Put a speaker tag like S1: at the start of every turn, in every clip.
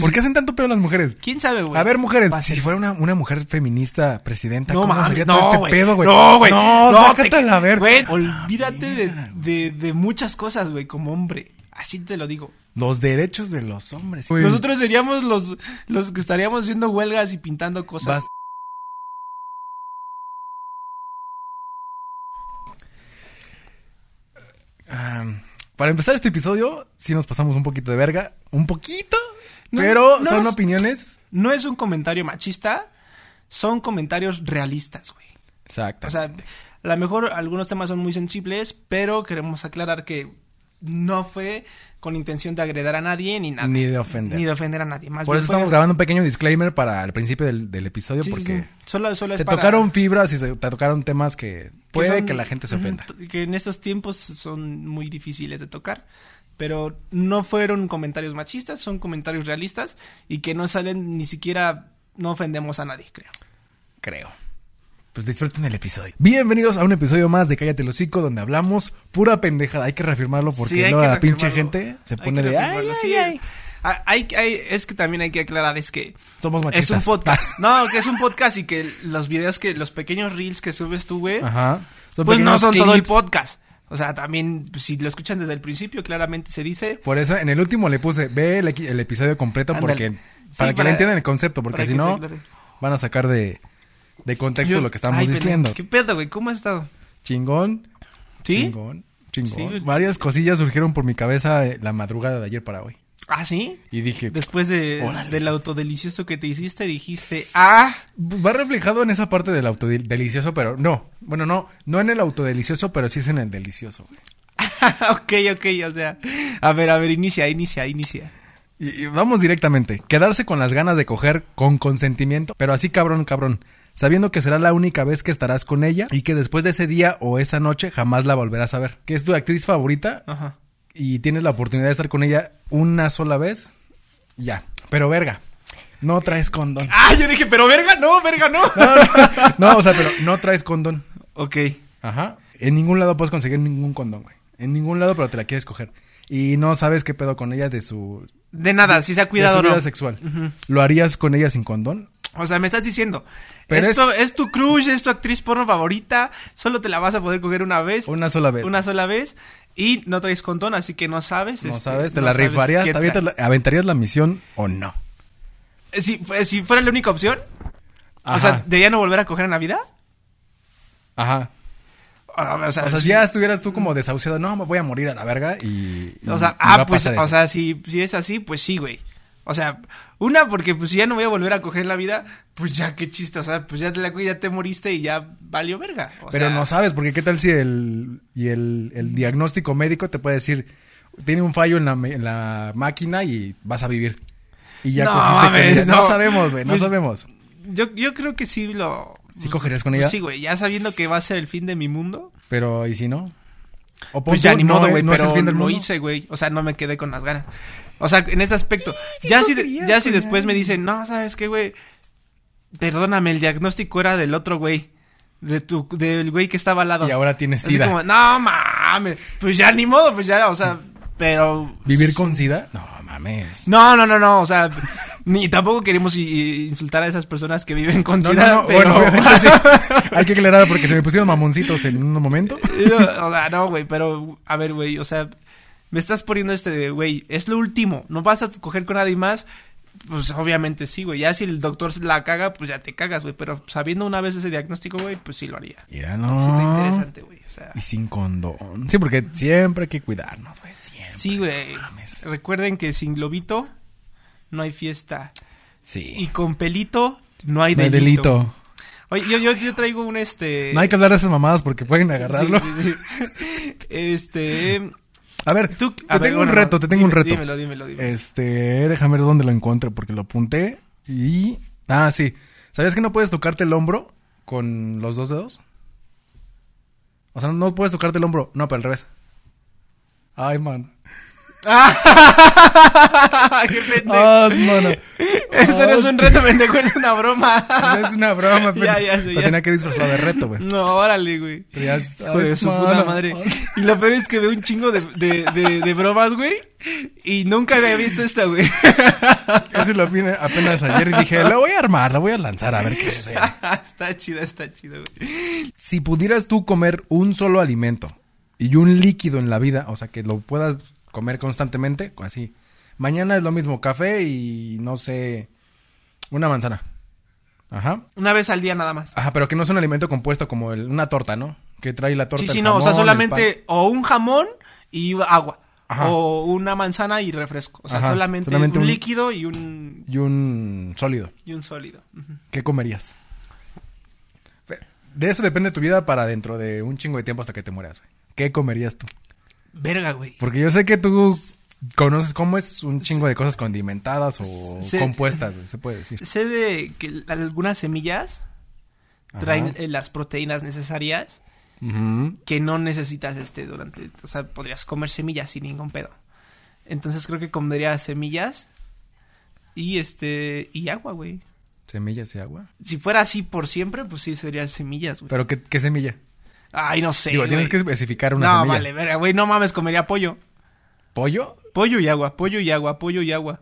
S1: ¿Por qué hacen tanto pedo las mujeres?
S2: ¿Quién sabe, güey?
S1: A ver, mujeres,
S2: Fácil.
S1: si fuera una, una mujer feminista presidenta,
S2: No,
S1: ¿cómo
S2: mames,
S1: sería
S2: no,
S1: todo este
S2: güey.
S1: pedo, güey?
S2: No, güey.
S1: No,
S2: No,
S1: sácatela,
S2: te-
S1: a Ah, ver.
S2: Güey, olvídate de, de- de muchas cosas, güey, como hombre. Así te lo digo.
S1: Los derechos de los hombres. Güey.
S2: Nosotros seríamos los, los que estaríamos haciendo huelgas y pintando cosas.
S1: Bas- Ah, para empezar este episodio, sí nos pasamos un poquito de verga. Un poquito.
S2: No,
S1: pero
S2: no
S1: son
S2: nos-
S1: opiniones.
S2: No es un comentario machista, son comentarios realistas, güey.
S1: Exacto.
S2: O sea, a lo mejor algunos temas son muy sensibles, pero queremos aclarar que no fue con intención de agredar a nadie ni nada.
S1: Ni de ofender.
S2: Ni de ofender a nadie. Más
S1: Por
S2: bien
S1: eso
S2: fue-
S1: estamos grabando un pequeño disclaimer para el principio del, del episodio,
S2: Sí, sí,
S1: porque
S2: sí. Solo, solo es
S1: se
S2: para-
S1: tocaron fibras y se tocaron temas que puede que,
S2: son-
S1: la gente se
S2: Ujú,
S1: ofenda.
S2: Que en estos tiempos son muy difíciles de tocar. Pero no fueron comentarios machistas, son comentarios realistas y que no salen ni siquiera, no ofendemos a nadie, creo.
S1: Creo. Pues disfruten el episodio. Bienvenidos a un episodio más de Cállate el Hocico, donde hablamos pura pendejada. Hay que reafirmarlo porque
S2: Sí, hay
S1: luego
S2: que
S1: la pinche
S2: reafirmarlo.
S1: gente se
S2: Hay
S1: pone
S2: que
S1: de. Ay,
S2: reafirmarlo,
S1: ay,
S2: sí.
S1: ay.
S2: Ah, hay- hay- es que también hay que aclarar, es que
S1: Somos
S2: es
S1: machistas.
S2: un podcast. No, que es un podcast y que los videos que, los pequeños reels que subes tú, güey,
S1: Ajá. Son
S2: pues no
S1: pequeños
S2: son todo el
S1: clips.
S2: podcast. O sea, también, pues, si lo escuchan desde el principio, claramente se dice.
S1: Por eso en el último le puse, ve el, equi- el episodio completo
S2: Ándale.
S1: porque.
S2: Sí,
S1: para que
S2: para-
S1: le entiendan el concepto, porque
S2: para
S1: si
S2: que
S1: no,
S2: se aclare.
S1: van a sacar de, de contexto
S2: Yo-
S1: lo que estamos
S2: Ay, pero,
S1: diciendo.
S2: ¿Qué pedo, güey? ¿Cómo has estado?
S1: Chingón,
S2: ¿Sí?
S1: chingón, chingón.
S2: Sí.
S1: Varias cosillas surgieron por mi cabeza eh, la madrugada de ayer para hoy.
S2: ¿Ah, sí?
S1: Y dije,
S2: Después de,
S1: Órale.
S2: del autodelicioso que te hiciste, dijiste, ah,
S1: Va reflejado en esa parte del autodelicioso, pero no. Bueno, no, no en el autodelicioso, pero sí es en el delicioso. güey.
S2: ok, ok, o sea, a ver, a ver, inicia, inicia, inicia.
S1: Y, y vamos directamente. Quedarse con las ganas de coger con consentimiento, pero así cabrón, cabrón. Sabiendo que será la única vez que estarás con ella y que después de ese día o esa noche jamás la volverás a ver. Que es tu actriz favorita
S2: Ajá.
S1: y tienes la oportunidad de estar con ella una sola vez, ya. Pero verga, no traes condón.
S2: Ah, yo dije, pero verga, no, verga, no.
S1: No, o sea, pero no traes condón.
S2: ok.
S1: Ajá. En ningún lado puedes conseguir ningún condón, güey. En ningún lado, pero te la quieres coger. Y no sabes qué pedo con ella de su,
S2: De nada, si se ha
S1: de
S2: cuidado
S1: su
S2: o no.
S1: vida sexual. ¿Lo harías con ella sin condón?
S2: O sea, me estás diciendo,
S1: Pero
S2: esto es... tu crush, es tu actriz porno favorita, solo te la vas a poder coger una vez,
S1: Una sola vez.
S2: una sola vez, y no traes condón, así que no sabes.
S1: No
S2: este,
S1: sabes, te
S2: no
S1: la
S2: sabes
S1: rifarías,
S2: qué
S1: ¿Te avientas
S2: trae.
S1: la- aventarías la misión o no.
S2: Si, pues, si fuera la única opción,
S1: Ajá.
S2: o sea, ¿debería no volver a coger en la vida?
S1: Ajá.
S2: O sea,
S1: O sea, si
S2: sí.
S1: ya estuvieras tú como desahuciado, no, me voy a morir a la verga y.
S2: O
S1: y
S2: sea,
S1: va
S2: ah,
S1: a
S2: pues,
S1: pasar
S2: o
S1: eso.
S2: sea, si, si es así, pues sí, güey. O sea, una, porque pues si ya no voy a volver a coger en la vida, pues ya qué chiste, o sea, pues ya te la ya te moriste y ya valió verga. O
S1: Pero
S2: sea,
S1: no sabes, porque qué tal si el, y el, el diagnóstico médico te puede decir, tiene un fallo en la, me- en la máquina y vas a vivir. Y ya
S2: No,
S1: cogiste con
S2: mames,
S1: ella. no.
S2: no.
S1: sabemos, güey, no
S2: Pues-
S1: sabemos.
S2: Yo, yo creo que sí lo...
S1: ¿Sí cogerías con
S2: Pues
S1: ella?
S2: sí, güey, ya sabiendo que va a ser el fin de mi mundo.
S1: Pero, ¿y si no? O
S2: Pues
S1: pon
S2: ya
S1: tú,
S2: ni
S1: no,
S2: modo,
S1: eh,
S2: güey,
S1: no es el
S2: pero
S1: fin del
S2: lo
S1: mundo.
S2: hice, güey. O sea, no me quedé con las ganas. O sea, en ese aspecto. ya si, de-
S1: cogerías
S2: ya si
S1: con
S2: después me dicen, no, ¿sabes qué, güey? Perdóname, el diagnóstico era del otro güey. De tu, del güey que estaba al lado.
S1: Y ahora tienes
S2: Así
S1: sida.
S2: como, no mames. Pues ya ni modo, pues ya, o sea, pero.
S1: ¿Vivir con SIDA? No, mames.
S2: No, no, no, no, o sea, ni tampoco queremos i- i- insultar a esas personas que viven con
S1: No,
S2: sida,
S1: no, no,
S2: pero-
S1: bueno, obviamente sí. Hay que aclarar porque se me pusieron mamoncitos en un momento.
S2: Yo, o sea, no, güey, pero a ver, güey, o sea, me estás poniendo este de, güey, es lo último, no vas a coger con nadie más. Pues obviamente sí, güey. Ya si el doctor se la caga, pues ya te cagas, güey. Pero sabiendo una vez ese diagnóstico, güey, pues sí lo haría.
S1: Mira,
S2: Sí está
S1: no.
S2: interesante, güey. O sea,
S1: Ah. Y sin condón. Sí, porque siempre hay que cuidarnos, güey, siempre.
S2: sí, güey.
S1: mames.
S2: Recuerden que sin globito no hay fiesta. Y
S1: Sí.
S2: con pelito no hay
S1: No hay
S2: delito.
S1: delito.
S2: Oye, yo, yo, yo traigo un este.
S1: No hay que hablar de esas mamadas porque pueden agarrarlo.
S2: Sí, sí, sí. Este.
S1: A ver,
S2: Tú-
S1: te
S2: a ver,
S1: tengo
S2: bueno,
S1: un reto, te tengo un
S2: dime,
S1: reto.
S2: Dímelo, dímelo, dímelo.
S1: Este, déjame ver dónde lo encuentro porque lo apunté y... Ah, sí. ¿Sabías que no puedes tocarte el hombro con los dos dedos? O sea, no puedes tocarte el hombro. No, pero al revés. Ay, man.
S2: ¡Ah! ¡Qué pendejo!
S1: Ah, mano.
S2: Eso no es un reto, pendejo, es una broma.
S1: No es una broma, pero,
S2: Ya, ya sé,
S1: pero
S2: ya.
S1: tenía que disfrazar de reto, güey.
S2: No, órale, güey.
S1: Pero ya-
S2: Hijo
S1: ay,
S2: de su
S1: mano,
S2: puta madre.
S1: ay.
S2: Y lo peor es que veo un chingo de, de, de, de bromas, güey. Y nunca había visto esta, güey.
S1: Casi lo vine apenas ayer y dije, la voy a armar, la voy a lanzar a ver qué sucede.
S2: está chido, está chido, güey.
S1: Si pudieras tú comer un solo alimento y un líquido en la vida, o sea, que lo puedas comer constantemente, así. Mañana es lo mismo, café y no sé, una manzana. Ajá.
S2: Una vez al día nada más.
S1: Ajá, pero que no es un alimento compuesto como el- una torta, ¿no? Que trae la torta.
S2: Sí,
S1: el
S2: sí, no. O sea,
S1: jamón, el pan.
S2: solamente o un jamón y agua.
S1: Ajá.
S2: O una manzana y refresco. O sea,
S1: Ajá,
S2: solamente,
S1: solamente
S2: un,
S1: un-
S2: líquido y un,
S1: Y un sólido.
S2: y un sólido. Ujú.
S1: ¿Qué comerías? De eso depende tu vida para dentro de un chingo de tiempo hasta que te mueras, güey. ¿Qué comerías tú?
S2: Verga, güey.
S1: Porque yo sé que tú conoces cómo es un chingo de cosas condimentadas o
S2: Sí.
S1: compuestas, güey, se puede decir.
S2: Sé de que l- algunas semillas
S1: Ajá.
S2: traen eh, las proteínas necesarias
S1: Ujú.
S2: que no necesitas este durante, o sea, podrías comer semillas sin ningún pedo. Entonces creo que comería semillas y este y agua, güey.
S1: Semillas y agua.
S2: Si fuera así por siempre, pues sí serían semillas, güey.
S1: ¿Pero qué, qué semilla?
S2: Ay, no sé.
S1: Digo, tienes que
S2: güey.
S1: especificar una
S2: no,
S1: semilla.
S2: vale, verga, güey, no mames, comería pollo.
S1: ¿Pollo?
S2: Pollo y agua, pollo y agua, pollo y agua.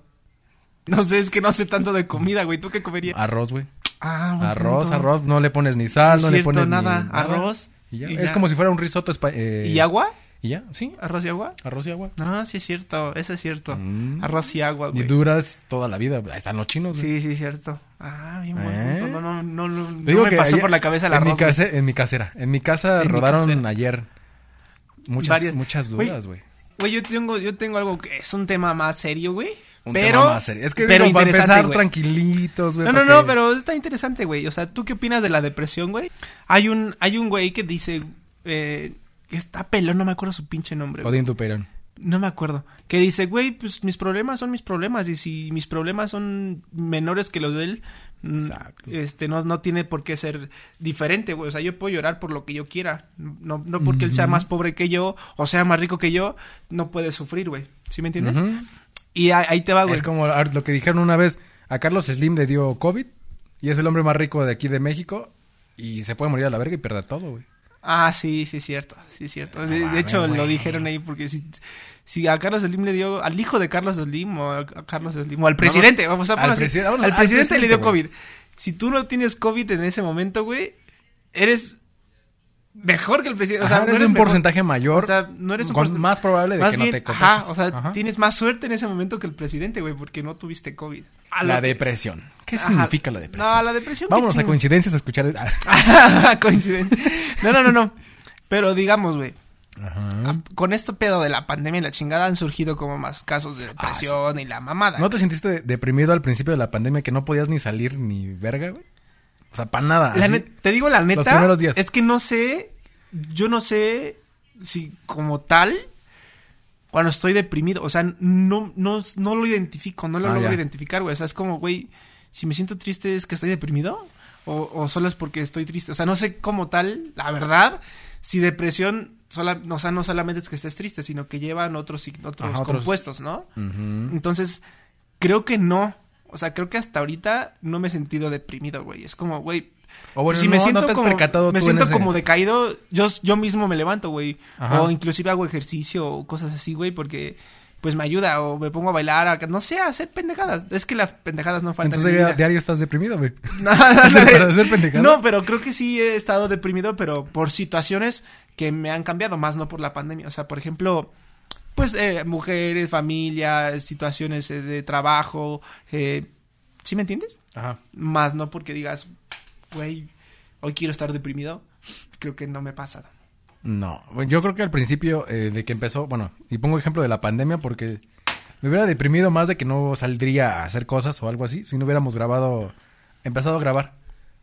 S2: No sé, es que no sé tanto de comida, güey. ¿Tú qué comerías?
S1: Arroz, güey.
S2: Ah, buen
S1: Arroz,
S2: punto.
S1: arroz. No le pones ni sal,
S2: Sí,
S1: no
S2: cierto,
S1: le pones ni
S2: nada. Arroz
S1: Y ya.
S2: y
S1: es
S2: ya.
S1: como si fuera un risotto. espa- eh,
S2: ¿Y agua?
S1: ¿Y ya? Sí.
S2: ¿Arroz y agua?
S1: Arroz y agua.
S2: No, sí es cierto, eso es cierto.
S1: Mm.
S2: Arroz y agua,
S1: Y
S2: güey.
S1: duras toda la vida. Ahí están los chinos, güey.
S2: Sí, sí, cierto. Ah, bien buen
S1: Pues, ¿Eh?
S2: punto. No, no, no, no, no
S1: Te digo
S2: me
S1: que
S2: pasó
S1: ayer-
S2: por la cabeza la
S1: en mi,
S2: arroz. güey.
S1: casa, en mi casera. En mi casa
S2: En mi
S1: rodaron
S2: casera.
S1: ayer muchas,
S2: Varias.
S1: muchas
S2: Güey,
S1: dudas, güey.
S2: Güey, yo tengo, yo tengo algo que es un tema más serio, güey.
S1: Un
S2: pero,
S1: tema más serio. Es que
S2: pero
S1: digo, para
S2: interesante,
S1: empezar
S2: güey.
S1: tranquilitos, güey.
S2: No, no,
S1: porque-
S2: no, pero está interesante, güey. O sea, ¿tú qué opinas de la depresión, güey? Hay un, hay un güey que dice, eh, está pelón, no me acuerdo su pinche nombre. güey.
S1: Odín Dupeirón.
S2: No me acuerdo. Que dice, güey, pues mis problemas son mis problemas. Y si mis problemas son menores que los de él, mm,
S1: Exacto.
S2: este, no, no tiene por qué ser diferente, güey. O sea, yo puedo llorar por lo que yo quiera. No, no porque él sea más pobre que yo o sea más rico que yo, no puede sufrir, güey. ¿Sí me entiendes?
S1: Ujú.
S2: Y a- ahí te va, Ah, güey.
S1: Es como a- lo que dijeron una vez. A Carlos Slim le dio COVID y es el hombre más rico de aquí de México y se puede morir a la verga y perder todo, güey.
S2: Ah, sí, sí, cierto, sí, cierto. de, de
S1: mames,
S2: hecho, lo
S1: güey.
S2: dijeron ahí porque si, si a Carlos Slim le dio, al hijo de Carlos Slim o a, a Carlos Slim, o al presidente, vamos a
S1: al
S2: ponerlo así,
S1: presiden- vamos
S2: al
S1: al
S2: presidente, le dio
S1: presidente,
S2: COVID. Si tú no tienes COVID en ese momento, güey, eres mejor que el presidente. O sea,
S1: Ajá,
S2: no
S1: eres
S2: eres
S1: un
S2: mejor.
S1: porcentaje mayor.
S2: O sea, no eres un
S1: con-
S2: porcent-
S1: más probable de
S2: Más
S1: que
S2: bien,
S1: no te
S2: ajá,
S1: contagies.
S2: o sea,
S1: Ajá.
S2: tienes más suerte en ese momento que el presidente, güey, porque no tuviste COVID. A
S1: la
S2: lo que-
S1: depresión. ¿Qué
S2: Ajá.
S1: significa la depresión?
S2: No, la depresión. qué
S1: Vámonos a
S2: chingo.
S1: coincidencias a escuchar. el-
S2: Coincidente. No, no, no, no. Pero digamos, güey,
S1: Ajá.
S2: con este pedo de la pandemia y la chingada han surgido como más casos de depresión y la mamada.
S1: ¿No te sentiste de- deprimido al principio de la pandemia que no podías ni salir ni verga, güey? O sea, para nada.
S2: La
S1: así.
S2: net- te digo la neta,
S1: ¿Ah, primeros días.
S2: es que no sé, yo no sé si como tal cuando estoy deprimido, o sea, no no no lo identifico, no lo
S1: Ah,
S2: logro
S1: ya.
S2: identificar, güey, o sea, es como, güey, si me siento triste es que estoy deprimido o, o solo es porque estoy triste, o sea, no sé como tal, la verdad, si depresión sola, o sea, no solamente es que estés triste, sino que llevan otros sig- otros
S1: Ajá, otros-
S2: compuestos, ¿no?
S1: Ujú.
S2: Entonces, creo que no. O sea, creo que hasta ahorita no me he sentido deprimido, güey. Es como, güey.
S1: O bueno,
S2: si
S1: no-
S2: Pues me
S1: no
S2: siento
S1: te has
S2: como,
S1: percatado
S2: me
S1: tú en
S2: siento
S1: ese-
S2: como decaído, yo, yo mismo me levanto, güey.
S1: Ajá.
S2: O inclusive hago ejercicio o cosas así, güey, porque pues me ayuda o me pongo a bailar, a- no sé, a hacer pendejadas. Es que las pendejadas no faltan.
S1: Entonces
S2: en mi
S1: diario,
S2: vida.
S1: diario estás deprimido, güey.
S2: No, no,
S1: O sea,
S2: no,
S1: para
S2: eh,
S1: hacer pendejadas.
S2: No, pero creo que sí he estado deprimido, pero por situaciones que me han cambiado, más no por la pandemia. O sea, por ejemplo, pues eh, mujeres, familia, situaciones eh, de trabajo. Eh, ¿Sí me entiendes?
S1: Ajá.
S2: Más no porque digas, güey, hoy quiero estar deprimido. Creo que no me pasa.
S1: No, bueno, yo creo que al principio eh, de que empezó, bueno, y pongo ejemplo de la pandemia porque me hubiera deprimido más de que no saldría a hacer cosas o algo así si no hubiéramos grabado, empezado a grabar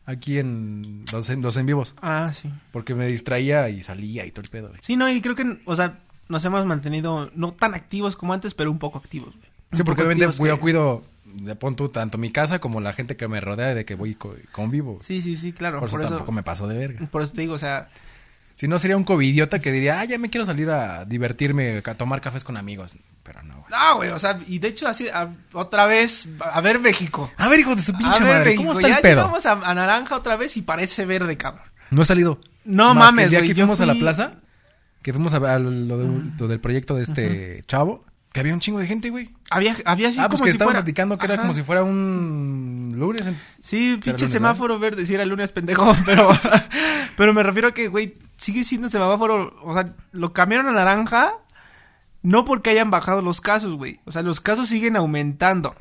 S1: aquí en los en, los en vivos,
S2: Ah, sí.
S1: porque me distraía y salía y todo el pedo, güey.
S2: Sí, no, y creo que, o sea, nos hemos mantenido no tan activos como antes, pero un poco activos. güey.
S1: Sí,
S2: Un
S1: porque
S2: poco
S1: obviamente
S2: activos
S1: yo
S2: que-
S1: cuido, de pon tú, tanto mi casa como la gente que me rodea de que voy y co- convivo.
S2: Sí, sí, sí, claro.
S1: por, eso,
S2: por eso
S1: tampoco me paso de verga.
S2: Por eso te digo, o sea,
S1: Si no, sería un covidiota que diría, ah, ya me quiero salir a divertirme, a tomar cafés con amigos. Pero no, güey.
S2: No, güey, o sea, y de hecho así, a- otra vez, a ver México.
S1: A ver, hijos de su pinche
S2: a ver
S1: madre,
S2: México,
S1: ¿cómo está
S2: ya
S1: el pedo?
S2: llegamos a, a naranja otra vez y parece verde, cabrón.
S1: No he salido.
S2: No
S1: Más que
S2: mames,
S1: El día
S2: güey,
S1: que
S2: yo
S1: fuimos a la
S2: fui-
S1: plaza, que fuimos a ver a lo, de un- lo del proyecto de este chavo, que había un chingo de gente, güey.
S2: Había, había así
S1: ah, pues
S2: como
S1: que
S2: si
S1: estaban
S2: fuera-
S1: platicando que
S2: Ajá.
S1: era como si fuera un lunes. en-
S2: Sí, pinche
S1: lunes,
S2: semáforo verde, si era el lunes, pendejo, pero, pero me refiero a que, güey, sigue siendo semáforo, o sea, lo cambiaron a naranja, no porque hayan bajado los casos, güey, o sea, los casos siguen aumentando,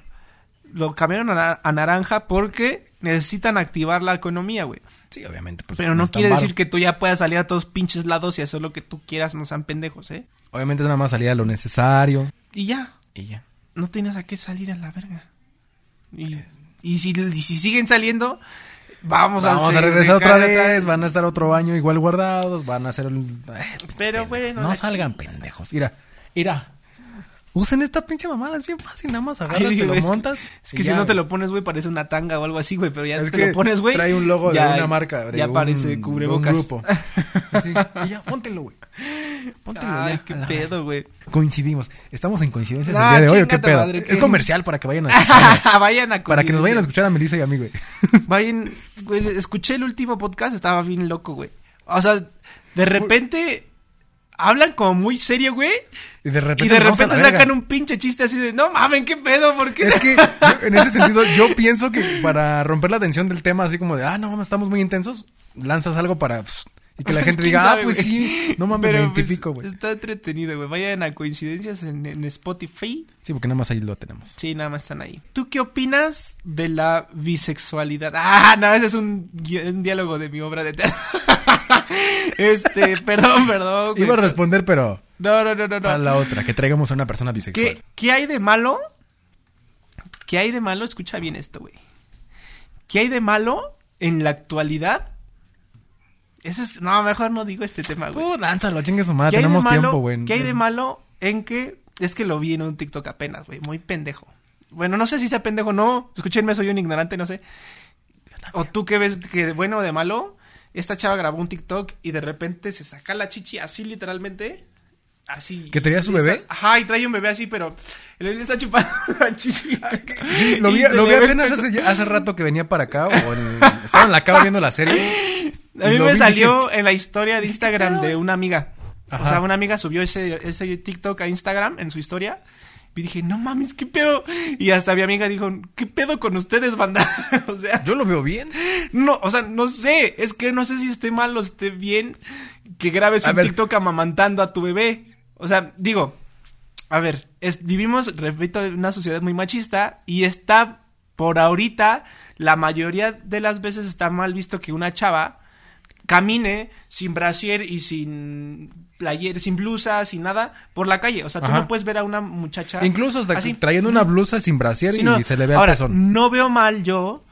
S2: lo cambiaron a, na- a naranja porque necesitan activar la economía, güey,
S1: Sí, obviamente. pues,
S2: pero no
S1: está
S2: quiere
S1: mal.
S2: decir que tú ya puedas salir a todos pinches lados y hacer lo que tú quieras, no sean pendejos, ¿eh?
S1: Obviamente nada más salía lo necesario
S2: Y ya,
S1: y ya.
S2: no tienes a qué salir a la verga. Y, y si, y si siguen saliendo, vamos, al
S1: Vamos a
S2: se-
S1: regresar otra
S2: recargar
S1: vez, van a estar otro año igual guardados, van a hacer... el- Ay, pinches
S2: Pero
S1: pendejos.
S2: bueno,
S1: No
S2: la
S1: salgan pendejos. Mira, mira. Usen esta pinche mamada, es bien fácil, nada más agarras,
S2: Ay,
S1: te
S2: digo,
S1: lo
S2: es que-
S1: montas.
S2: Es
S1: y
S2: que si
S1: ya,
S2: no te
S1: güey.
S2: lo pones, güey, parece una tanga o algo así, güey. Pero ya
S1: Es
S2: te
S1: que
S2: lo pones, güey.
S1: Trae un logo
S2: ya-
S1: de una marca. De
S2: ya
S1: un-
S2: parece
S1: de
S2: cubrebocas.
S1: un grupo. Así, y ya, póntelo, güey. Póntelo.
S2: Ay,
S1: ya,
S2: qué
S1: a la
S2: pedo, güey.
S1: verga. Coincidimos. Estamos en coincidencias
S2: Ah,
S1: el día de hoy, ¿o qué
S2: chingate,
S1: pedo?
S2: madre,
S1: Es
S2: que-
S1: comercial para que vayan a escuchar.
S2: vayan a
S1: para que nos vayan a
S2: coincidencias.
S1: escuchar a Melissa y a mí, güey.
S2: Vayan, güey, escuché el último podcast, estaba bien loco, güey. O sea, de repente hablan como muy serio, güey.
S1: Y de repente,
S2: Y de
S1: nos vamos a la
S2: repente
S1: verga.
S2: sacan un pinche chiste así de, no mamen, qué pedo, ¿por qué?
S1: Es que yo- en ese sentido yo pienso que para romper la tensión del tema, así como de, ah, no mames, estamos muy intensos, lanzas algo para... pf, y que la gente
S2: ¿Quién
S1: diga,
S2: sabe,
S1: ah, pues
S2: güey?
S1: sí, no mames,
S2: Pero,
S1: me
S2: pues,
S1: identifico, güey.
S2: Está entretenido, güey. Vayan a coincidencias en, en Spotify.
S1: Sí, porque nada más ahí lo tenemos.
S2: Sí, nada más están ahí. ¿Tú qué opinas de la bisexualidad? Ah, no, ese es un, gui- un diálogo de mi obra de teatro. este, perdón, perdón. güey.
S1: Iba a responder, pero
S2: No, no, no, no.
S1: para
S2: no.
S1: la otra, que traigamos a una persona bisexual.
S2: ¿Qué, ¿Qué hay de malo? ¿Qué hay de malo? Escucha bien esto, güey. ¿Qué hay de malo en la actualidad? Ese es... No, mejor no digo este tema, güey.
S1: Tú lánzalo, chingue su madre,
S2: ¿Qué hay, de
S1: tenemos
S2: malo,
S1: tiempo, güey.
S2: ¿Qué hay de malo en que.? Es que lo vi en un TikTok apenas, güey. Muy pendejo. Bueno, no sé si sea pendejo o no. Escúchenme, soy un ignorante, no sé. O tú que ves que de bueno o de malo. Esta chava grabó un TikTok y de repente se saca la chichi así, literalmente. Así.
S1: ¿Que traía su
S2: Y está-
S1: bebé?
S2: Ajá, y trae un bebé así, pero. El bebé está chupando la chichi.
S1: Sí, lo vi,
S2: Y se
S1: lo vi
S2: le ve el
S1: apenas
S2: pezón.
S1: hace, hace rato que venía para acá, o en- estaba en la cama viendo la serie.
S2: A mí
S1: Lo
S2: me
S1: vi y
S2: salió en la historia de Instagram
S1: pedo?
S2: de una amiga.
S1: Ajá.
S2: O sea, una amiga subió ese, ese TikTok a Instagram en su historia. Y dije, no mames, ¿qué pedo? Y hasta mi amiga dijo, ¿qué pedo con ustedes, banda? o sea,
S1: Yo lo veo bien.
S2: no, o sea, no sé. Es que no sé si esté mal o esté bien que grabes
S1: A
S2: un
S1: ver.
S2: TikTok amamantando a tu bebé. O sea, digo, a ver, es- vivimos, repito, en una sociedad muy machista y está, por ahorita, la mayoría de las veces está mal visto que una chava camine sin brasier y sin player, sin blusa, sin nada, por la calle. O sea, tú
S1: Ajá.
S2: no puedes ver a una muchacha
S1: Incluso hasta
S2: así.
S1: trayendo una blusa sin brasier
S2: Ah, Sí,
S1: y
S2: no.
S1: se le ve al
S2: Ahora,
S1: pezón.
S2: No veo mal yo.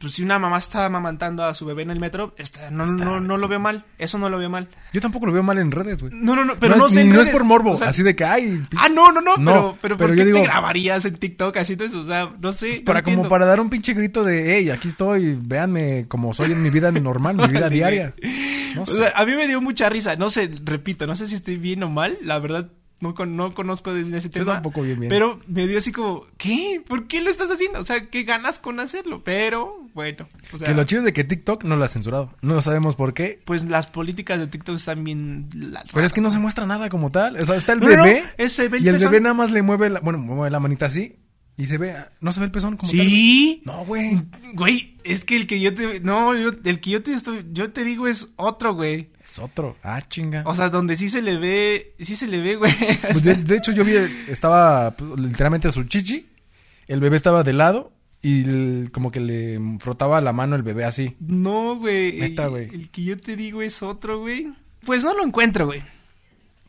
S2: Pues si una mamá está amamantando a su bebé en el metro, está- no,
S1: Está-
S2: no, no
S1: sí.
S2: lo veo mal. Eso no lo veo mal.
S1: Yo tampoco lo veo mal en redes, güey.
S2: No, no, no, pero no,
S1: es,
S2: sé. en
S1: No es
S2: redes,
S1: por morbo,
S2: o sea,
S1: así de que, ay, pi-
S2: Ah, no, no, no,
S1: No, pero
S2: pero, pero, ¿por
S1: yo
S2: qué
S1: digo- Pues
S2: te grabarías en TikTok haciendo eso? O sea, no sé. no
S1: para como
S2: entiendo.
S1: para dar un pinche grito de, hey, aquí estoy, véanme como soy en mi vida normal, mi vida
S2: Órale,
S1: diaria. No
S2: O
S1: sé.
S2: sea, a mí me dio mucha risa. No sé, repito, no sé si estoy bien o mal. La verdad, no, con- no conozco de ese tema.
S1: tampoco bien, bien.
S2: Pero me dio así como, ¿qué? ¿Por qué lo estás haciendo? O sea, ¿qué ganas con hacerlo? Pero, bueno. O sea,
S1: que lo chido es de que TikTok no lo ha censurado. No sabemos por qué.
S2: pues las políticas de TikTok están bien. la-
S1: Pero es que no
S2: raras.
S1: se muestra nada como tal. O sea, está el
S2: No, no,
S1: bebé.
S2: es- se ve el
S1: y el
S2: pezón.
S1: bebé nada más le mueve la, bueno, mueve la manita así. Y se ve, no se ve el pezón como
S2: Sí.
S1: tal. No, güey.
S2: Güey, es que el que yo te. No, yo- el que yo te estoy. Yo te digo es otro, güey.
S1: Es otro. Ah, chinga.
S2: O sea, donde sí se le ve. Sí se le ve, güey.
S1: Pues de, de hecho, yo vi, estaba pues, literalmente su chichi. El bebé estaba de lado. Y el- como que le frotaba la mano el bebé así.
S2: No, güey.
S1: Neta,
S2: el-
S1: güey.
S2: El que yo te digo es otro, güey. Pues no lo encuentro, güey.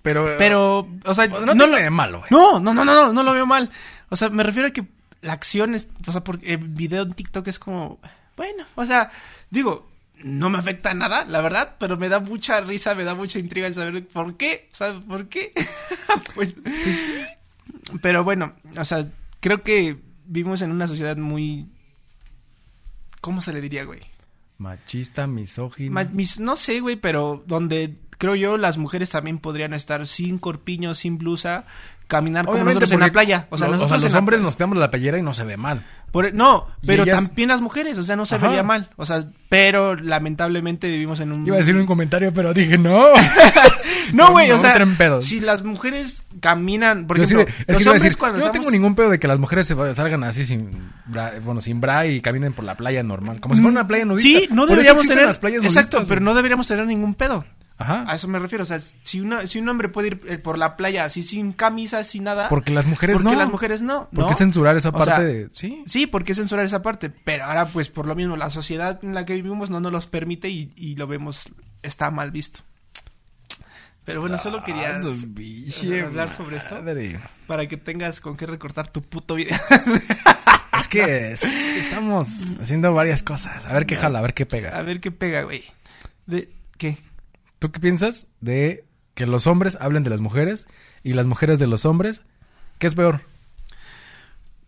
S1: Pero.
S2: Pero, o sea,
S1: pues, no,
S2: no,
S1: no
S2: lo-
S1: tiene de malo, güey.
S2: no, no, no, no, no, no lo veo mal. O sea, me refiero a que la acción es, o sea, porque el video en TikTok es como, bueno, o sea, digo, no me afecta nada, la verdad, pero me da mucha risa, me da mucha intriga el saber por qué, o sea, por qué. pues, pero bueno, o sea, creo que vivimos en una sociedad muy, ¿cómo se le diría, güey?
S1: Machista, misógino.
S2: Ma- mis- no sé, güey, pero donde creo yo las mujeres también podrían estar sin corpiño, sin blusa, caminar como
S1: Obviamente,
S2: nosotros en la
S1: porque
S2: playa. O sea,
S1: lo-
S2: nosotros en
S1: los
S2: la
S1: hombres
S2: playa.
S1: nos quedamos la playera y no se ve mal.
S2: Por- e, no,
S1: Y
S2: pero
S1: ellas-
S2: también las mujeres, o sea, no se
S1: Ajá.
S2: veía mal. O sea, pero lamentablemente vivimos en un...
S1: Iba a decir un comentario, pero dije no.
S2: No, güey,
S1: No,
S2: o
S1: no
S2: sea,
S1: entren pedos.
S2: si las mujeres caminan, por
S1: Yo sí de-
S2: ejemplo,
S1: es que
S2: los
S1: iba a
S2: hombres
S1: decir,
S2: cuando
S1: yo no
S2: estamos-
S1: tengo ningún pedo de que las mujeres se va- salgan así sin bra, bueno, sin bra y caminen por la playa normal, como si fuera una playa nudista.
S2: Mm, Sí,
S1: Por
S2: no
S1: eso
S2: deberíamos
S1: existen
S2: tener...
S1: las playas
S2: Exacto,
S1: nudistas,
S2: pero
S1: güey. Ah.
S2: no deberíamos tener ningún pedo. A
S1: Ajá.
S2: eso me refiero, o sea, si, una, si un hombre puede ir eh, por la playa así sin camisa, sin nada...
S1: Porque las mujeres
S2: porque
S1: no.
S2: las mujeres no.
S1: ¿Por qué
S2: ¿no?
S1: censurar esa
S2: O
S1: parte
S2: sea,
S1: de- sí?
S2: Sí, porque censurar esa parte. Pero ahora, pues, por lo mismo, la sociedad en la que vivimos no nos los permite y, y lo vemos, está mal visto. Pero bueno, solo quería
S1: Ah, su
S2: s-
S1: biche
S2: hablar sobre esto.
S1: madre.
S2: para que tengas con qué recortar tu puto video.
S1: Es que es- estamos haciendo varias cosas. A ver qué jala, a ver qué
S2: A
S1: pega.
S2: ver qué pega, güey. De, ¿Qué?
S1: ¿Tú qué piensas de que los hombres hablen de las mujeres y las mujeres de los hombres? ¿Qué es peor?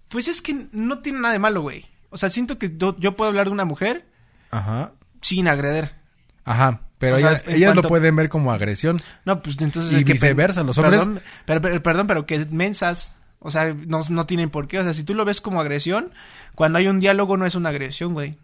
S2: Pues es que no tiene nada de malo, güey. O sea, siento que yo, yo puedo hablar de una mujer
S1: Ajá.
S2: sin agreder.
S1: Ajá. Pero
S2: O sea,
S1: ellas,
S2: en
S1: ellas lo
S2: cuanto-
S1: pueden ver como agresión.
S2: No, pues entonces...
S1: Y
S2: hay que pen-
S1: viceversa, los hombres-
S2: Perdón pero, pero- perdón, pero que mensas, o sea, no, no tienen por qué. O sea, si tú lo ves como agresión, cuando hay un diálogo no es una agresión, güey.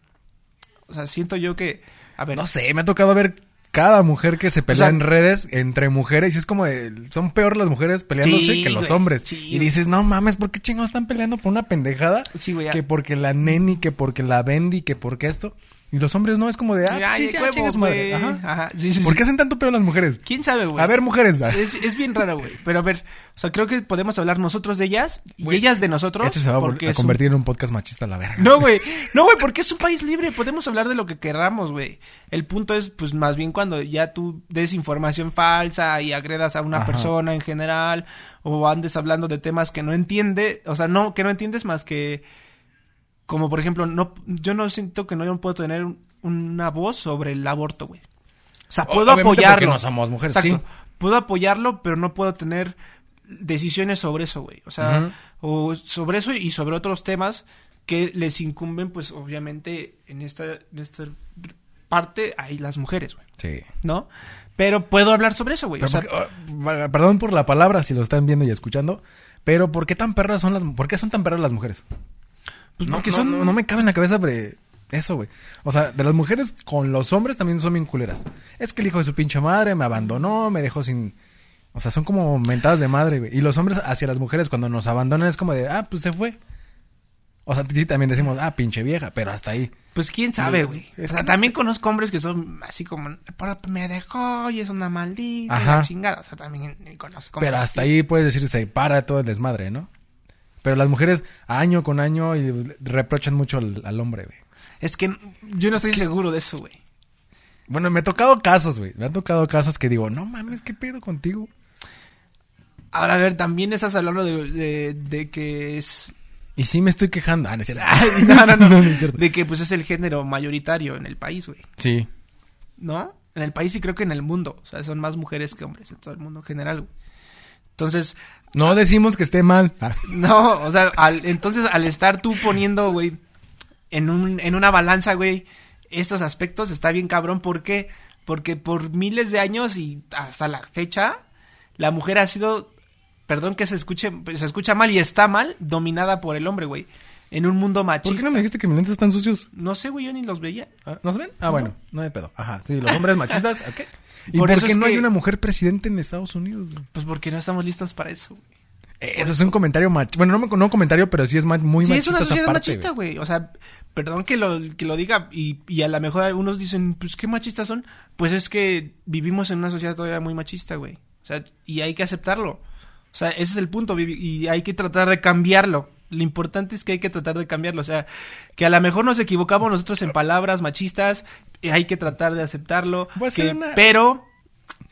S2: O sea, siento yo que... A ver,
S1: No sé, me ha tocado ver cada mujer que se pelea
S2: sea-
S1: en redes entre mujeres y es como de, son peor las mujeres peleándose
S2: Sí,
S1: que los
S2: güey,
S1: hombres.
S2: sí,
S1: y
S2: güey.
S1: dices, no mames, ¿por qué chingados están peleando por una pendejada?
S2: Sí, güey, ya.
S1: Que porque la neni, que porque la bendy, que porque esto. Y los hombres no, es como de, ah, pues
S2: ay,
S1: sí, ya,
S2: huevo,
S1: chinga su madre.
S2: güey.
S1: Ajá.
S2: Ajá, sí, sí,
S1: ¿Por qué
S2: sí.
S1: hacen tanto peor las mujeres?
S2: ¿Quién sabe, güey?
S1: A ver, mujeres. ah.
S2: Es, es bien raro, güey. Pero a ver, o sea, creo que podemos hablar nosotros de ellas y
S1: Güey,
S2: ellas de nosotros.
S1: Este se va a, vol-
S2: porque
S1: a
S2: es un-
S1: convertir en un podcast machista a la verga.
S2: No, güey. No, güey, porque es un país libre. Podemos hablar de lo que queramos, güey. El punto es, pues, más bien cuando ya tú des información falsa y agredas a una
S1: Ajá.
S2: persona en general o andes hablando de temas que no entiende, o sea, no, que no entiendes más que... Como, por ejemplo, no, yo no siento que no yo puedo tener un- una voz sobre el aborto, güey. O sea,
S1: O-
S2: puedo
S1: obviamente porque
S2: apoyarlo.
S1: no somos mujeres,
S2: Exacto.
S1: sí.
S2: Puedo apoyarlo, pero no puedo tener decisiones sobre eso, güey. O sea,
S1: Ujú.
S2: o sobre eso y sobre otros temas que les incumben, pues obviamente en esta, en esta parte hay las mujeres, güey,
S1: Sí.
S2: ¿no? Pero puedo hablar sobre eso, güey.
S1: Pero
S2: O sea,
S1: porque- oh, va- perdón por la palabra si lo están viendo y escuchando, pero ¿por qué tan perras son las por qué son tan perras las mujeres?
S2: pues
S1: no,
S2: porque
S1: no,
S2: son...
S1: no, no me cabe en la cabeza bre- eso, güey. O sea, de las mujeres con los hombres también son bien culeras. Es que el hijo de su pinche madre me abandonó, me dejó sin o sea, son como mentadas de madre, güey. Y los hombres hacia las mujeres cuando nos abandonan es como de, ah, pues se fue. O sea, sí también decimos, ah, pinche vieja, pero hasta ahí.
S2: Pues quién sabe,
S1: Es-
S2: güey.
S1: es
S2: O sea,
S1: que no
S2: también conozco hombres que son así como, "Pero me dejó y es una maldita, y
S1: Ajá.
S2: la chingada. O sea, también conozco.
S1: Pero
S2: hombres
S1: hasta
S2: así.
S1: ahí puedes decir, se para todo el desmadre, ¿no? Pero las mujeres año con año y reprochan mucho al, al hombre, güey.
S2: Es que yo no estoy seguro de eso, güey.
S1: Bueno, me ha tocado casos, güey. Me han tocado casos que digo, no mames, ¿qué pedo contigo?
S2: Ahora, a ver, también estás hablando de, de- de que es...
S1: Y sí me estoy quejando. Ah, no es cierto.
S2: no, no, no.
S1: No, no es cierto.
S2: de que pues es el género mayoritario en el país, güey.
S1: Sí.
S2: ¿no? En el país y creo que en el mundo. O sea, son más mujeres que hombres en todo el mundo en general, güey. Entonces,
S1: No decimos que esté mal. Ah,
S2: no, o sea, al, entonces al estar tú poniendo, güey, en, un, en una balanza, güey, estos aspectos está bien cabrón. ¿Por qué? Porque por miles de años y hasta la fecha, la mujer ha sido, perdón que se escuche, se escucha mal y está mal, dominada por el hombre, güey. En un mundo
S1: ¿Por qué
S2: machista.
S1: no me dijiste que mis lentes están sucios?
S2: no sé, güey, yo ni los veía.
S1: Ah, ¿No se ven? Ah, bueno, no hay pedo. Ajá. Sí, los hombres machistas, ok. ¿Y por,
S2: Por eso
S1: qué
S2: es
S1: no hay
S2: que-
S1: una mujer presidente en Estados Unidos? güey?
S2: Pues porque no estamos listos para eso, güey.
S1: Eh, Eso es un comentario machista. Bueno, no, me- no un comentario, pero sí es ma- muy
S2: sí, es
S1: machista.
S2: una
S1: esa
S2: sociedad
S1: parte,
S2: machista, güey. O sea, perdón que lo, que lo diga y, y a lo mejor algunos dicen, pues qué machistas son. Pues es que vivimos en una sociedad todavía muy machista, güey. O sea, y hay que aceptarlo. O sea, ese es el punto vivi- y hay que tratar de cambiarlo. Lo importante es que hay que tratar de cambiarlo. O sea, que a lo mejor nos equivocamos nosotros en palabras machistas. y hay que tratar de aceptarlo.
S1: Voy a
S2: que-
S1: hacer una-
S2: Pero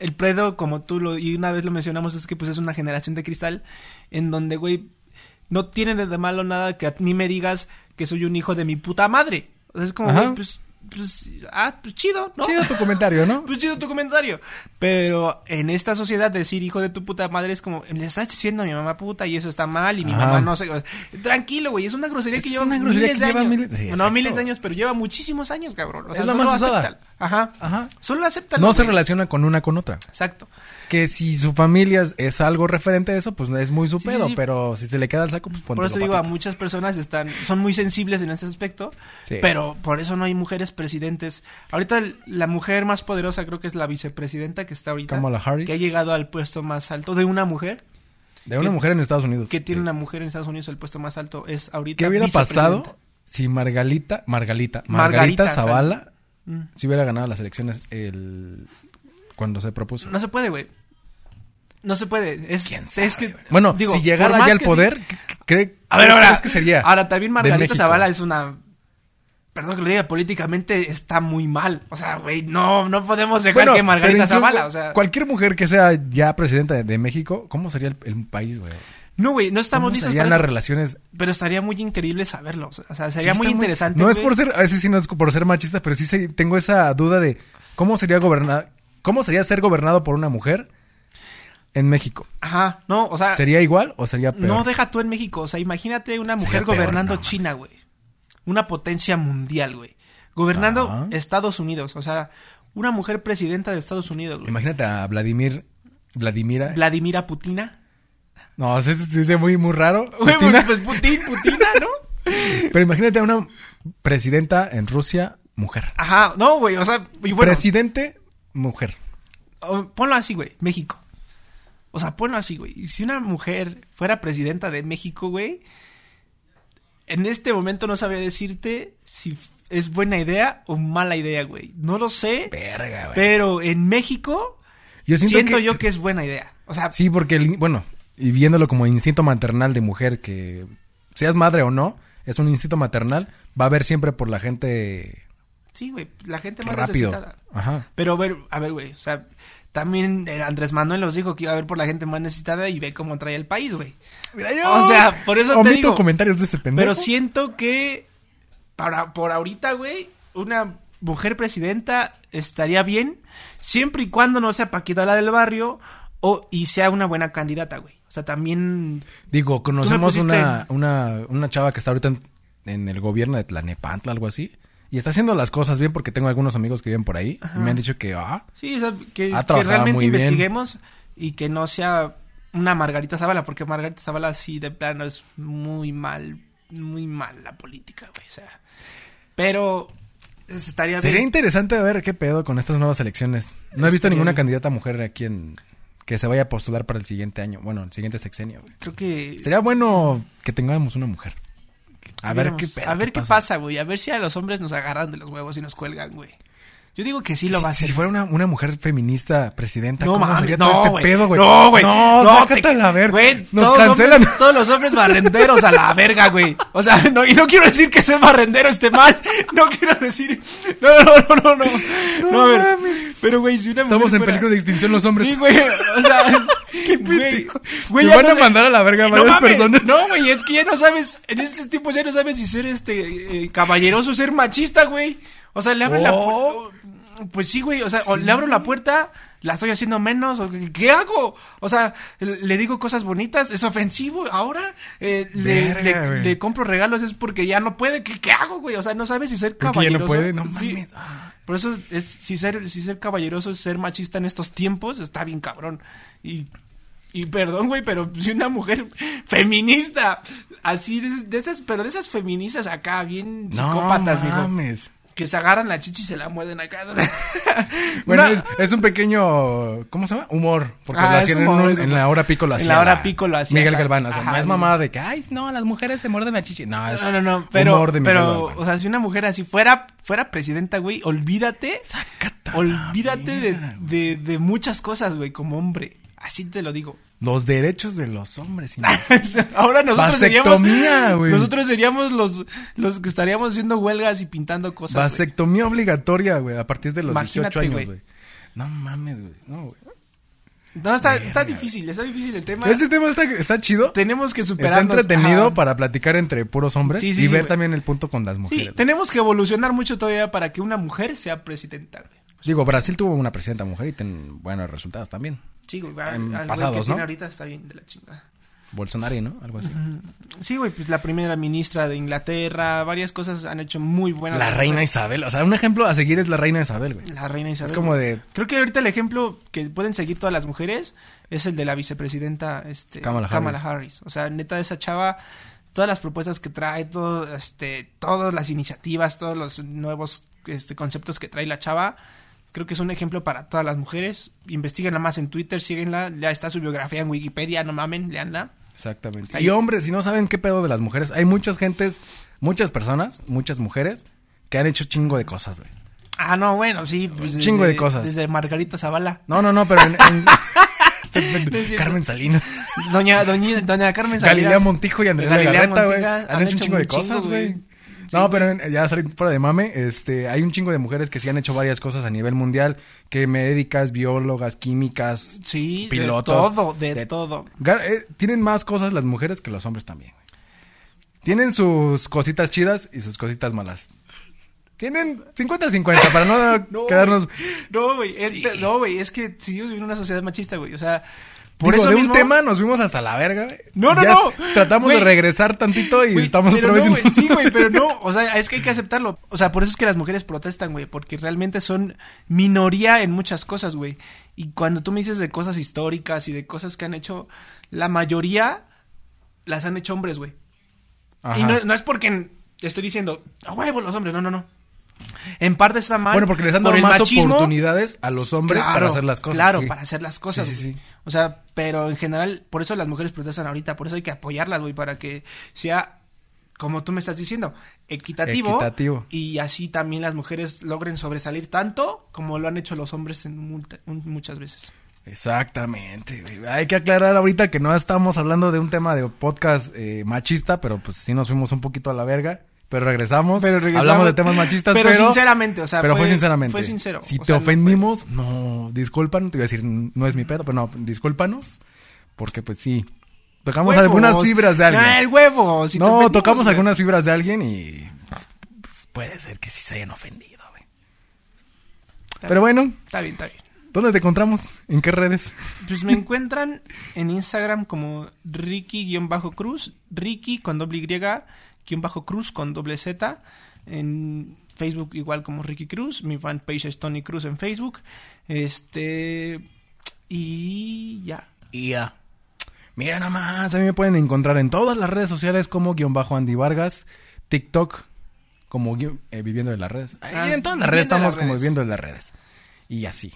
S2: el predo, como tú lo, y una vez lo mencionamos, es que pues es una generación de cristal en donde, güey, no tiene de malo nada que a mí me digas que soy un hijo de mi puta madre. O sea, es como,
S1: Ajá.
S2: güey, pues pues, ah, pues chido, ¿no?
S1: Chido tu comentario, ¿no?
S2: Pues chido tu comentario. Pero en esta sociedad decir hijo de tu puta madre es como, le estás diciendo a mi mamá puta y eso está mal y mi
S1: Ajá.
S2: mamá no sé. o sea, Tranquilo, güey, es una grosería
S1: Es
S2: que lleva
S1: una
S2: miles
S1: grosería
S2: de
S1: que lleva
S2: años.
S1: miles- sí, exacto.
S2: no, miles de años, pero lleva muchísimos años, cabrón. O sea,
S1: Es la
S2: solo
S1: más usada.
S2: acéptala. Ajá.
S1: Ajá.
S2: Solo acepta
S1: No se relaciona con una con otra.
S2: Exacto.
S1: Que si su familia es- es algo referente a eso, pues es muy su
S2: Sí, sí,
S1: pedo.
S2: sí.
S1: Pero si se le queda el saco, pues ponte
S2: Por eso digo, a muchas personas están, son muy sensibles en ese aspecto,
S1: Sí.
S2: pero por eso no hay mujeres presidentes. Ahorita l- la mujer más poderosa creo que es la vicepresidenta que está ahorita.
S1: Kamala Harris.
S2: Que ha llegado al puesto más alto de una mujer,
S1: De una
S2: que-
S1: mujer en Estados Unidos.
S2: que tiene
S1: Sí.
S2: una mujer en Estados Unidos el puesto más alto, es ahorita.
S1: ¿Qué hubiera pasado
S2: vicepresidenta.
S1: si Margalita, Margalita, Margarita,
S2: Margarita
S1: Zavala
S2: Mm.
S1: si hubiera ganado las elecciones el cuando se propuso?
S2: No se puede, güey. No se puede. Es,
S1: ¿Quién
S2: es
S1: sabe,
S2: que,
S1: güey? bueno,
S2: digo,
S1: si
S2: por
S1: llegara
S2: más
S1: ya al
S2: que
S1: poder, ¿qué- ¿qué
S2: A ver,
S1: qué
S2: ahora.
S1: crees que sería?
S2: Ahora, también
S1: de
S2: Margarita
S1: México?
S2: Zavala es una. Perdón que lo diga, políticamente está muy mal. O sea, güey, no, no podemos dejar
S1: Bueno,
S2: que
S1: pero
S2: Margarita
S1: incluso
S2: Zavala. O sea,
S1: Cualquier mujer que sea ya presidenta de, de México, ¿cómo sería el, el país, güey?
S2: no, güey, no
S1: ¿Cómo
S2: estamos listos
S1: serían
S2: para
S1: las
S2: eso.
S1: relaciones?
S2: Pero estaría muy increíble saberlo. O sea, sería
S1: Sí,
S2: muy
S1: está
S2: interesante.
S1: No es
S2: güey.
S1: por ser, a veces sí no es por ser machista, pero sí se- tengo esa duda de cómo sería gobernar, cómo sería ser gobernado por una mujer en México.
S2: Ajá, no, o sea.
S1: ¿Sería igual o sería peor?
S2: Ah. No deja tú en México. O sea, imagínate una
S1: Sería
S2: mujer
S1: peor,
S2: gobernando
S1: no mames.
S2: China, güey. Una potencia mundial, güey. Gobernando
S1: Ajá.
S2: Estados Unidos. O sea, una mujer presidenta de Estados Unidos, güey.
S1: Imagínate a Vladimir. Vladimira.
S2: Vladimira Putina.
S1: no, se se dice muy, muy raro.
S2: Güey,
S1: Putina.
S2: pues Putin, Putina, ¿no?
S1: Pero imagínate a una presidenta en Rusia, mujer.
S2: Ajá, no, güey, o sea, y bueno,
S1: Presidente, mujer.
S2: o- ponlo así, güey, México. O sea, ponlo así, güey. Y Si una mujer fuera presidenta de México, güey, en este momento no sabría decirte si f- es buena idea o mala idea, güey. No lo sé,
S1: Verga,
S2: pero en México
S1: Yo siento,
S2: siento,
S1: que,
S2: yo que es buena idea. O sea,
S1: Sí, porque, el- bueno, y viéndolo como instinto maternal de mujer, que seas madre o no, es un instinto maternal, va a haber siempre por la gente
S2: sí, güey, la gente más
S1: rápido.
S2: necesitada.
S1: Ajá.
S2: Pero a ver, a ver, güey, o sea, también eh, Andrés Manuel nos dijo que iba a ver por la gente más necesitada y ve cómo trae el país, güey. O sea, por eso te
S1: Omito
S2: digo.
S1: comentarios de ese pendejo.
S2: Pero siento que para por ahorita, güey, una mujer presidenta estaría bien siempre y cuando no sea Paquita la del barrio o y sea una buena candidata, güey. O sea, también
S1: Digo, conocemos
S2: pusiste
S1: una, una, una chava que está ahorita en, en el gobierno de Tlanepantla, algo así. Y está haciendo las cosas bien porque tengo algunos amigos que viven por ahí. Y me han dicho que, ah,
S2: sí, o sea, que,
S1: Ha
S2: que
S1: trabajado
S2: realmente
S1: muy bien.
S2: investiguemos y que no sea una Margarita Zavala, porque Margarita Zavala sí de plano es muy mal, muy mal la política, güey, o sea. Pero pues, estaría
S1: sería
S2: bien.
S1: interesante ver qué pedo con estas nuevas elecciones. No he visto
S2: Estaría
S1: ninguna
S2: bien.
S1: candidata mujer aquí en que se vaya a postular para el siguiente año. Bueno, el siguiente sexenio. güey.
S2: Creo que
S1: Estaría bueno que tengamos una mujer. A ver qué
S2: Tuviéramos-
S1: pedo.
S2: A ver qué pasa, güey. A ver si a los hombres nos agarran de los huevos y nos cuelgan, güey. Yo digo que sí lo
S1: si,
S2: va a hacer.
S1: si fuera una, una mujer feminista presidenta,
S2: No
S1: ¿cómo
S2: mames,
S1: sería
S2: no,
S1: todo este
S2: güey.
S1: pedo, güey?
S2: No, güey.
S1: No,
S2: No,
S1: sácatela, a ver.
S2: Güey,
S1: Nos
S2: todos
S1: cancelan.
S2: hombres- todos los hombres barrenderos a la verga, güey. O sea, no, y no quiero decir que ser barrendero esté mal. No quiero decir. No, no, no, no, no. No, a ver.
S1: mames.
S2: Pero, güey, si una mujer
S1: Estamos en
S2: fuera-
S1: peligro de extinción los hombres.
S2: Sí, güey. O sea, qué
S1: Güey,
S2: Güey,
S1: Nos
S2: ya
S1: van
S2: no
S1: a
S2: sé-
S1: mandar a la verga a
S2: no
S1: varias
S2: mames,
S1: personas.
S2: No, güey, es que ya no sabes, en este tiempo ya no sabes si ser este eh, caballeroso o ser machista, güey. O sea, le abro la
S1: Oh.
S2: puerta. Pues sí, güey, o sea, o le abro la puerta, la estoy haciendo menos, o ¿qué- ¿qué hago? O sea, le digo cosas bonitas, es ofensivo ahora, eh, le,
S1: Verga,
S2: le-
S1: güey.
S2: le compro regalos, es porque ya no puede, ¿qué, qué hago, güey? O sea, no sabes si ser
S1: Porque ya no
S2: caballeroso.
S1: puede, no
S2: Sí.
S1: mames.
S2: Por eso es, si ser, si ser caballeroso es ser machista en estos tiempos, está bien cabrón. Y, y perdón, güey, pero si una mujer feminista, así de, de esas, pero de esas feministas acá, bien psicópatas, mijo,
S1: mames.
S2: que se agarran la chichi y se la muerden acá.
S1: Bueno,
S2: Una-
S1: es, es un pequeño, ¿cómo se llama? Humor. Porque
S2: Ah,
S1: lo
S2: es
S1: hacían en,
S2: humor,
S1: un-
S2: es
S1: en
S2: humor.
S1: la hora pico lo
S2: En
S1: hacía.
S2: la hora pico lo hacía
S1: Miguel
S2: acá.
S1: Galván. o sea,
S2: Ajá,
S1: no es
S2: sí.
S1: mamada de que, ay, no, las mujeres se muerden la chichi. No, es
S2: No, no, no, pero,
S1: humor de Miguel
S2: pero
S1: Galván.
S2: o sea, si una mujer así fuera, fuera presidenta, güey, olvídate,
S1: Sácate a la
S2: olvídate de,
S1: mierda, güey.
S2: de, de muchas cosas, güey, como hombre. Así te lo digo.
S1: Los derechos de los hombres.
S2: Ahora nosotros
S1: Vasectomía,
S2: seríamos
S1: güey.
S2: nosotros seríamos los los que estaríamos haciendo huelgas y pintando cosas. güey.
S1: Vasectomía obligatoria, güey, a partir de los 18
S2: Imagínate,
S1: años,
S2: güey.
S1: güey. No mames, güey. No, güey.
S2: No, está, está difícil, está difícil el tema.
S1: Este tema está, está chido.
S2: Tenemos que
S1: Está
S2: superarnos.
S1: entretenido
S2: Ajá.
S1: para platicar entre puros hombres
S2: Sí, sí,
S1: y
S2: sí,
S1: ver
S2: güey.
S1: también el punto con las
S2: Sí,
S1: mujeres.
S2: tenemos que evolucionar mucho todavía para que una mujer sea presidenta. güey.
S1: Digo, Brasil tuvo una presidenta mujer y ten buenos resultados también.
S2: Sí, güey, al-
S1: En
S2: al güey que
S1: pasados,
S2: tiene
S1: ¿no?
S2: ahorita está bien de la chingada.
S1: Bolsonaro, ¿no? Algo así.
S2: Sí, güey, pues la primera ministra de Inglaterra, varias cosas han hecho muy buenas.
S1: La reina Isabel. O sea, un ejemplo a seguir es la reina Isabel, güey.
S2: La reina Isabel.
S1: Es como
S2: güey.
S1: de
S2: Creo que ahorita el ejemplo que pueden seguir todas las mujeres es el de la vicepresidenta este,
S1: Kamala
S2: Kamala,
S1: Harris.
S2: Harris. O sea, neta, esa chava, todas las propuestas que trae, todo, este, todas las iniciativas, todos los nuevos este, conceptos que trae la chava, creo que es un ejemplo para todas las mujeres. Investíguenla más en Twitter, síguenla, ya está su biografía en Wikipedia, no mamen, leanla.
S1: Exactamente.
S2: Ahí.
S1: Y hombres, si no saben qué pedo de las mujeres, hay muchas gentes, muchas personas, muchas mujeres que han hecho chingo de cosas, güey.
S2: Ah, no, bueno, sí. Pues,
S1: Un chingo de
S2: desde-
S1: cosas.
S2: Desde Margarita Zavala.
S1: No, no, no, pero en, en-
S2: No es cierto.
S1: Carmen Salinas,
S2: Doña, doña, doña Carmen Salinas.
S1: Galilea Montijo y Andrés
S2: Galilea
S1: Legarreta, güey,
S2: Montijo
S1: han hecho un chingo de cosas, güey. No, pero en- ya salí fuera de mame, este, hay un chingo de mujeres que sí han hecho varias cosas a nivel mundial, que médicas, biólogas, químicas,
S2: Sí,
S1: pilotos.
S2: de todo, de,
S1: de-
S2: todo.
S1: Gar- eh, tienen más cosas las mujeres que los hombres también. güey. Tienen sus cositas chidas y sus cositas malas. Tienen 50-50 para no,
S2: No,
S1: quedarnos.
S2: No, güey, es, no, güey, es que si yo soy una sociedad machista, güey, o sea, por
S1: Por eso
S2: eso
S1: de
S2: mismo,
S1: un tema nos fuimos hasta la verga. güey.
S2: No, no,
S1: Ya
S2: no.
S1: Tratamos de
S2: Güey.
S1: regresar tantito y
S2: güey,
S1: estamos
S2: pero
S1: otra vez
S2: no,
S1: en-
S2: güey, sí, güey, pero no, o sea, es que hay que aceptarlo. O sea, por eso es que las mujeres protestan, güey, porque realmente son minoría en muchas cosas, güey. Y cuando tú me dices de cosas históricas y de cosas que han hecho, la mayoría las han hecho hombres, güey.
S1: Ajá.
S2: Y no, no es porque estoy diciendo, a huevo los hombres, no, no, no. En parte está mal.
S1: Bueno, porque les han dado
S2: por el
S1: más
S2: machismo.
S1: oportunidades a los hombres para
S2: Claro,
S1: hacer las cosas.
S2: Claro,
S1: sí.
S2: para hacer las cosas.
S1: Sí, sí,
S2: güey.
S1: sí.
S2: O sea, pero en general, por eso las mujeres protestan ahorita, por eso hay que apoyarlas, güey, para que sea, como tú me estás diciendo, equitativo.
S1: Equitativo.
S2: Y así también las mujeres logren sobresalir tanto como lo han hecho los hombres en multa- un- muchas veces.
S1: Exactamente. güey. Hay que aclarar ahorita que no estamos hablando de un tema de podcast eh, machista, pero pues sí nos fuimos un poquito a la verga. Pero regresamos. Hablamos de temas machistas, pero.
S2: Pero, sinceramente, o sea,
S1: pero fue, sinceramente.
S2: Fue sincero.
S1: Si
S2: o
S1: te
S2: sea, no fue-
S1: ofendimos, no, discúlpanos. Te iba a decir, no es mi pedo, pero no, discúlpanos. Porque pues sí. Tocamos
S2: Huevos.
S1: algunas fibras de alguien.
S2: No, el huevo. si te
S1: no,
S2: ofendimos,
S1: tocamos
S2: güey.
S1: algunas fibras de alguien y. pues, puede ser que sí se hayan ofendido, güey.
S2: Está
S1: Pero bueno,
S2: Está bien, está bien.
S1: ¿dónde te encontramos? ¿En qué redes?
S2: Pues me encuentran en Instagram como Ricky-Cruz, Ricky con doble Y, guión bajo Cruz con doble Z, en Facebook igual como Ricky Cruz, mi fanpage es Tony Cruz en Facebook, este, y ya.
S1: Y ya. Mira nada más, a mí me pueden encontrar en todas las redes sociales como guión bajo Andy Vargas, TikTok como guión- eh, Viviendo de las Redes. Ahí
S2: Ah,
S1: en todas las redes
S2: Viviendo
S1: estamos
S2: de las
S1: como
S2: Redes.
S1: Viviendo de las Redes. Y así.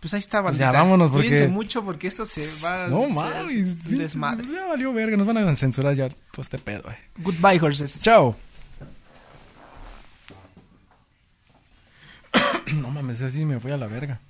S2: Pues ahí está,
S1: sea,
S2: bandita.
S1: vámonos, porque-
S2: Cuídense mucho porque esto se va
S1: No
S2: a ser
S1: mames,
S2: un desmadre.
S1: ya valió verga, nos van a censurar ya todo este pedo. eh.
S2: Goodbye, horses.
S1: Chao. no mames, así me fui a la verga.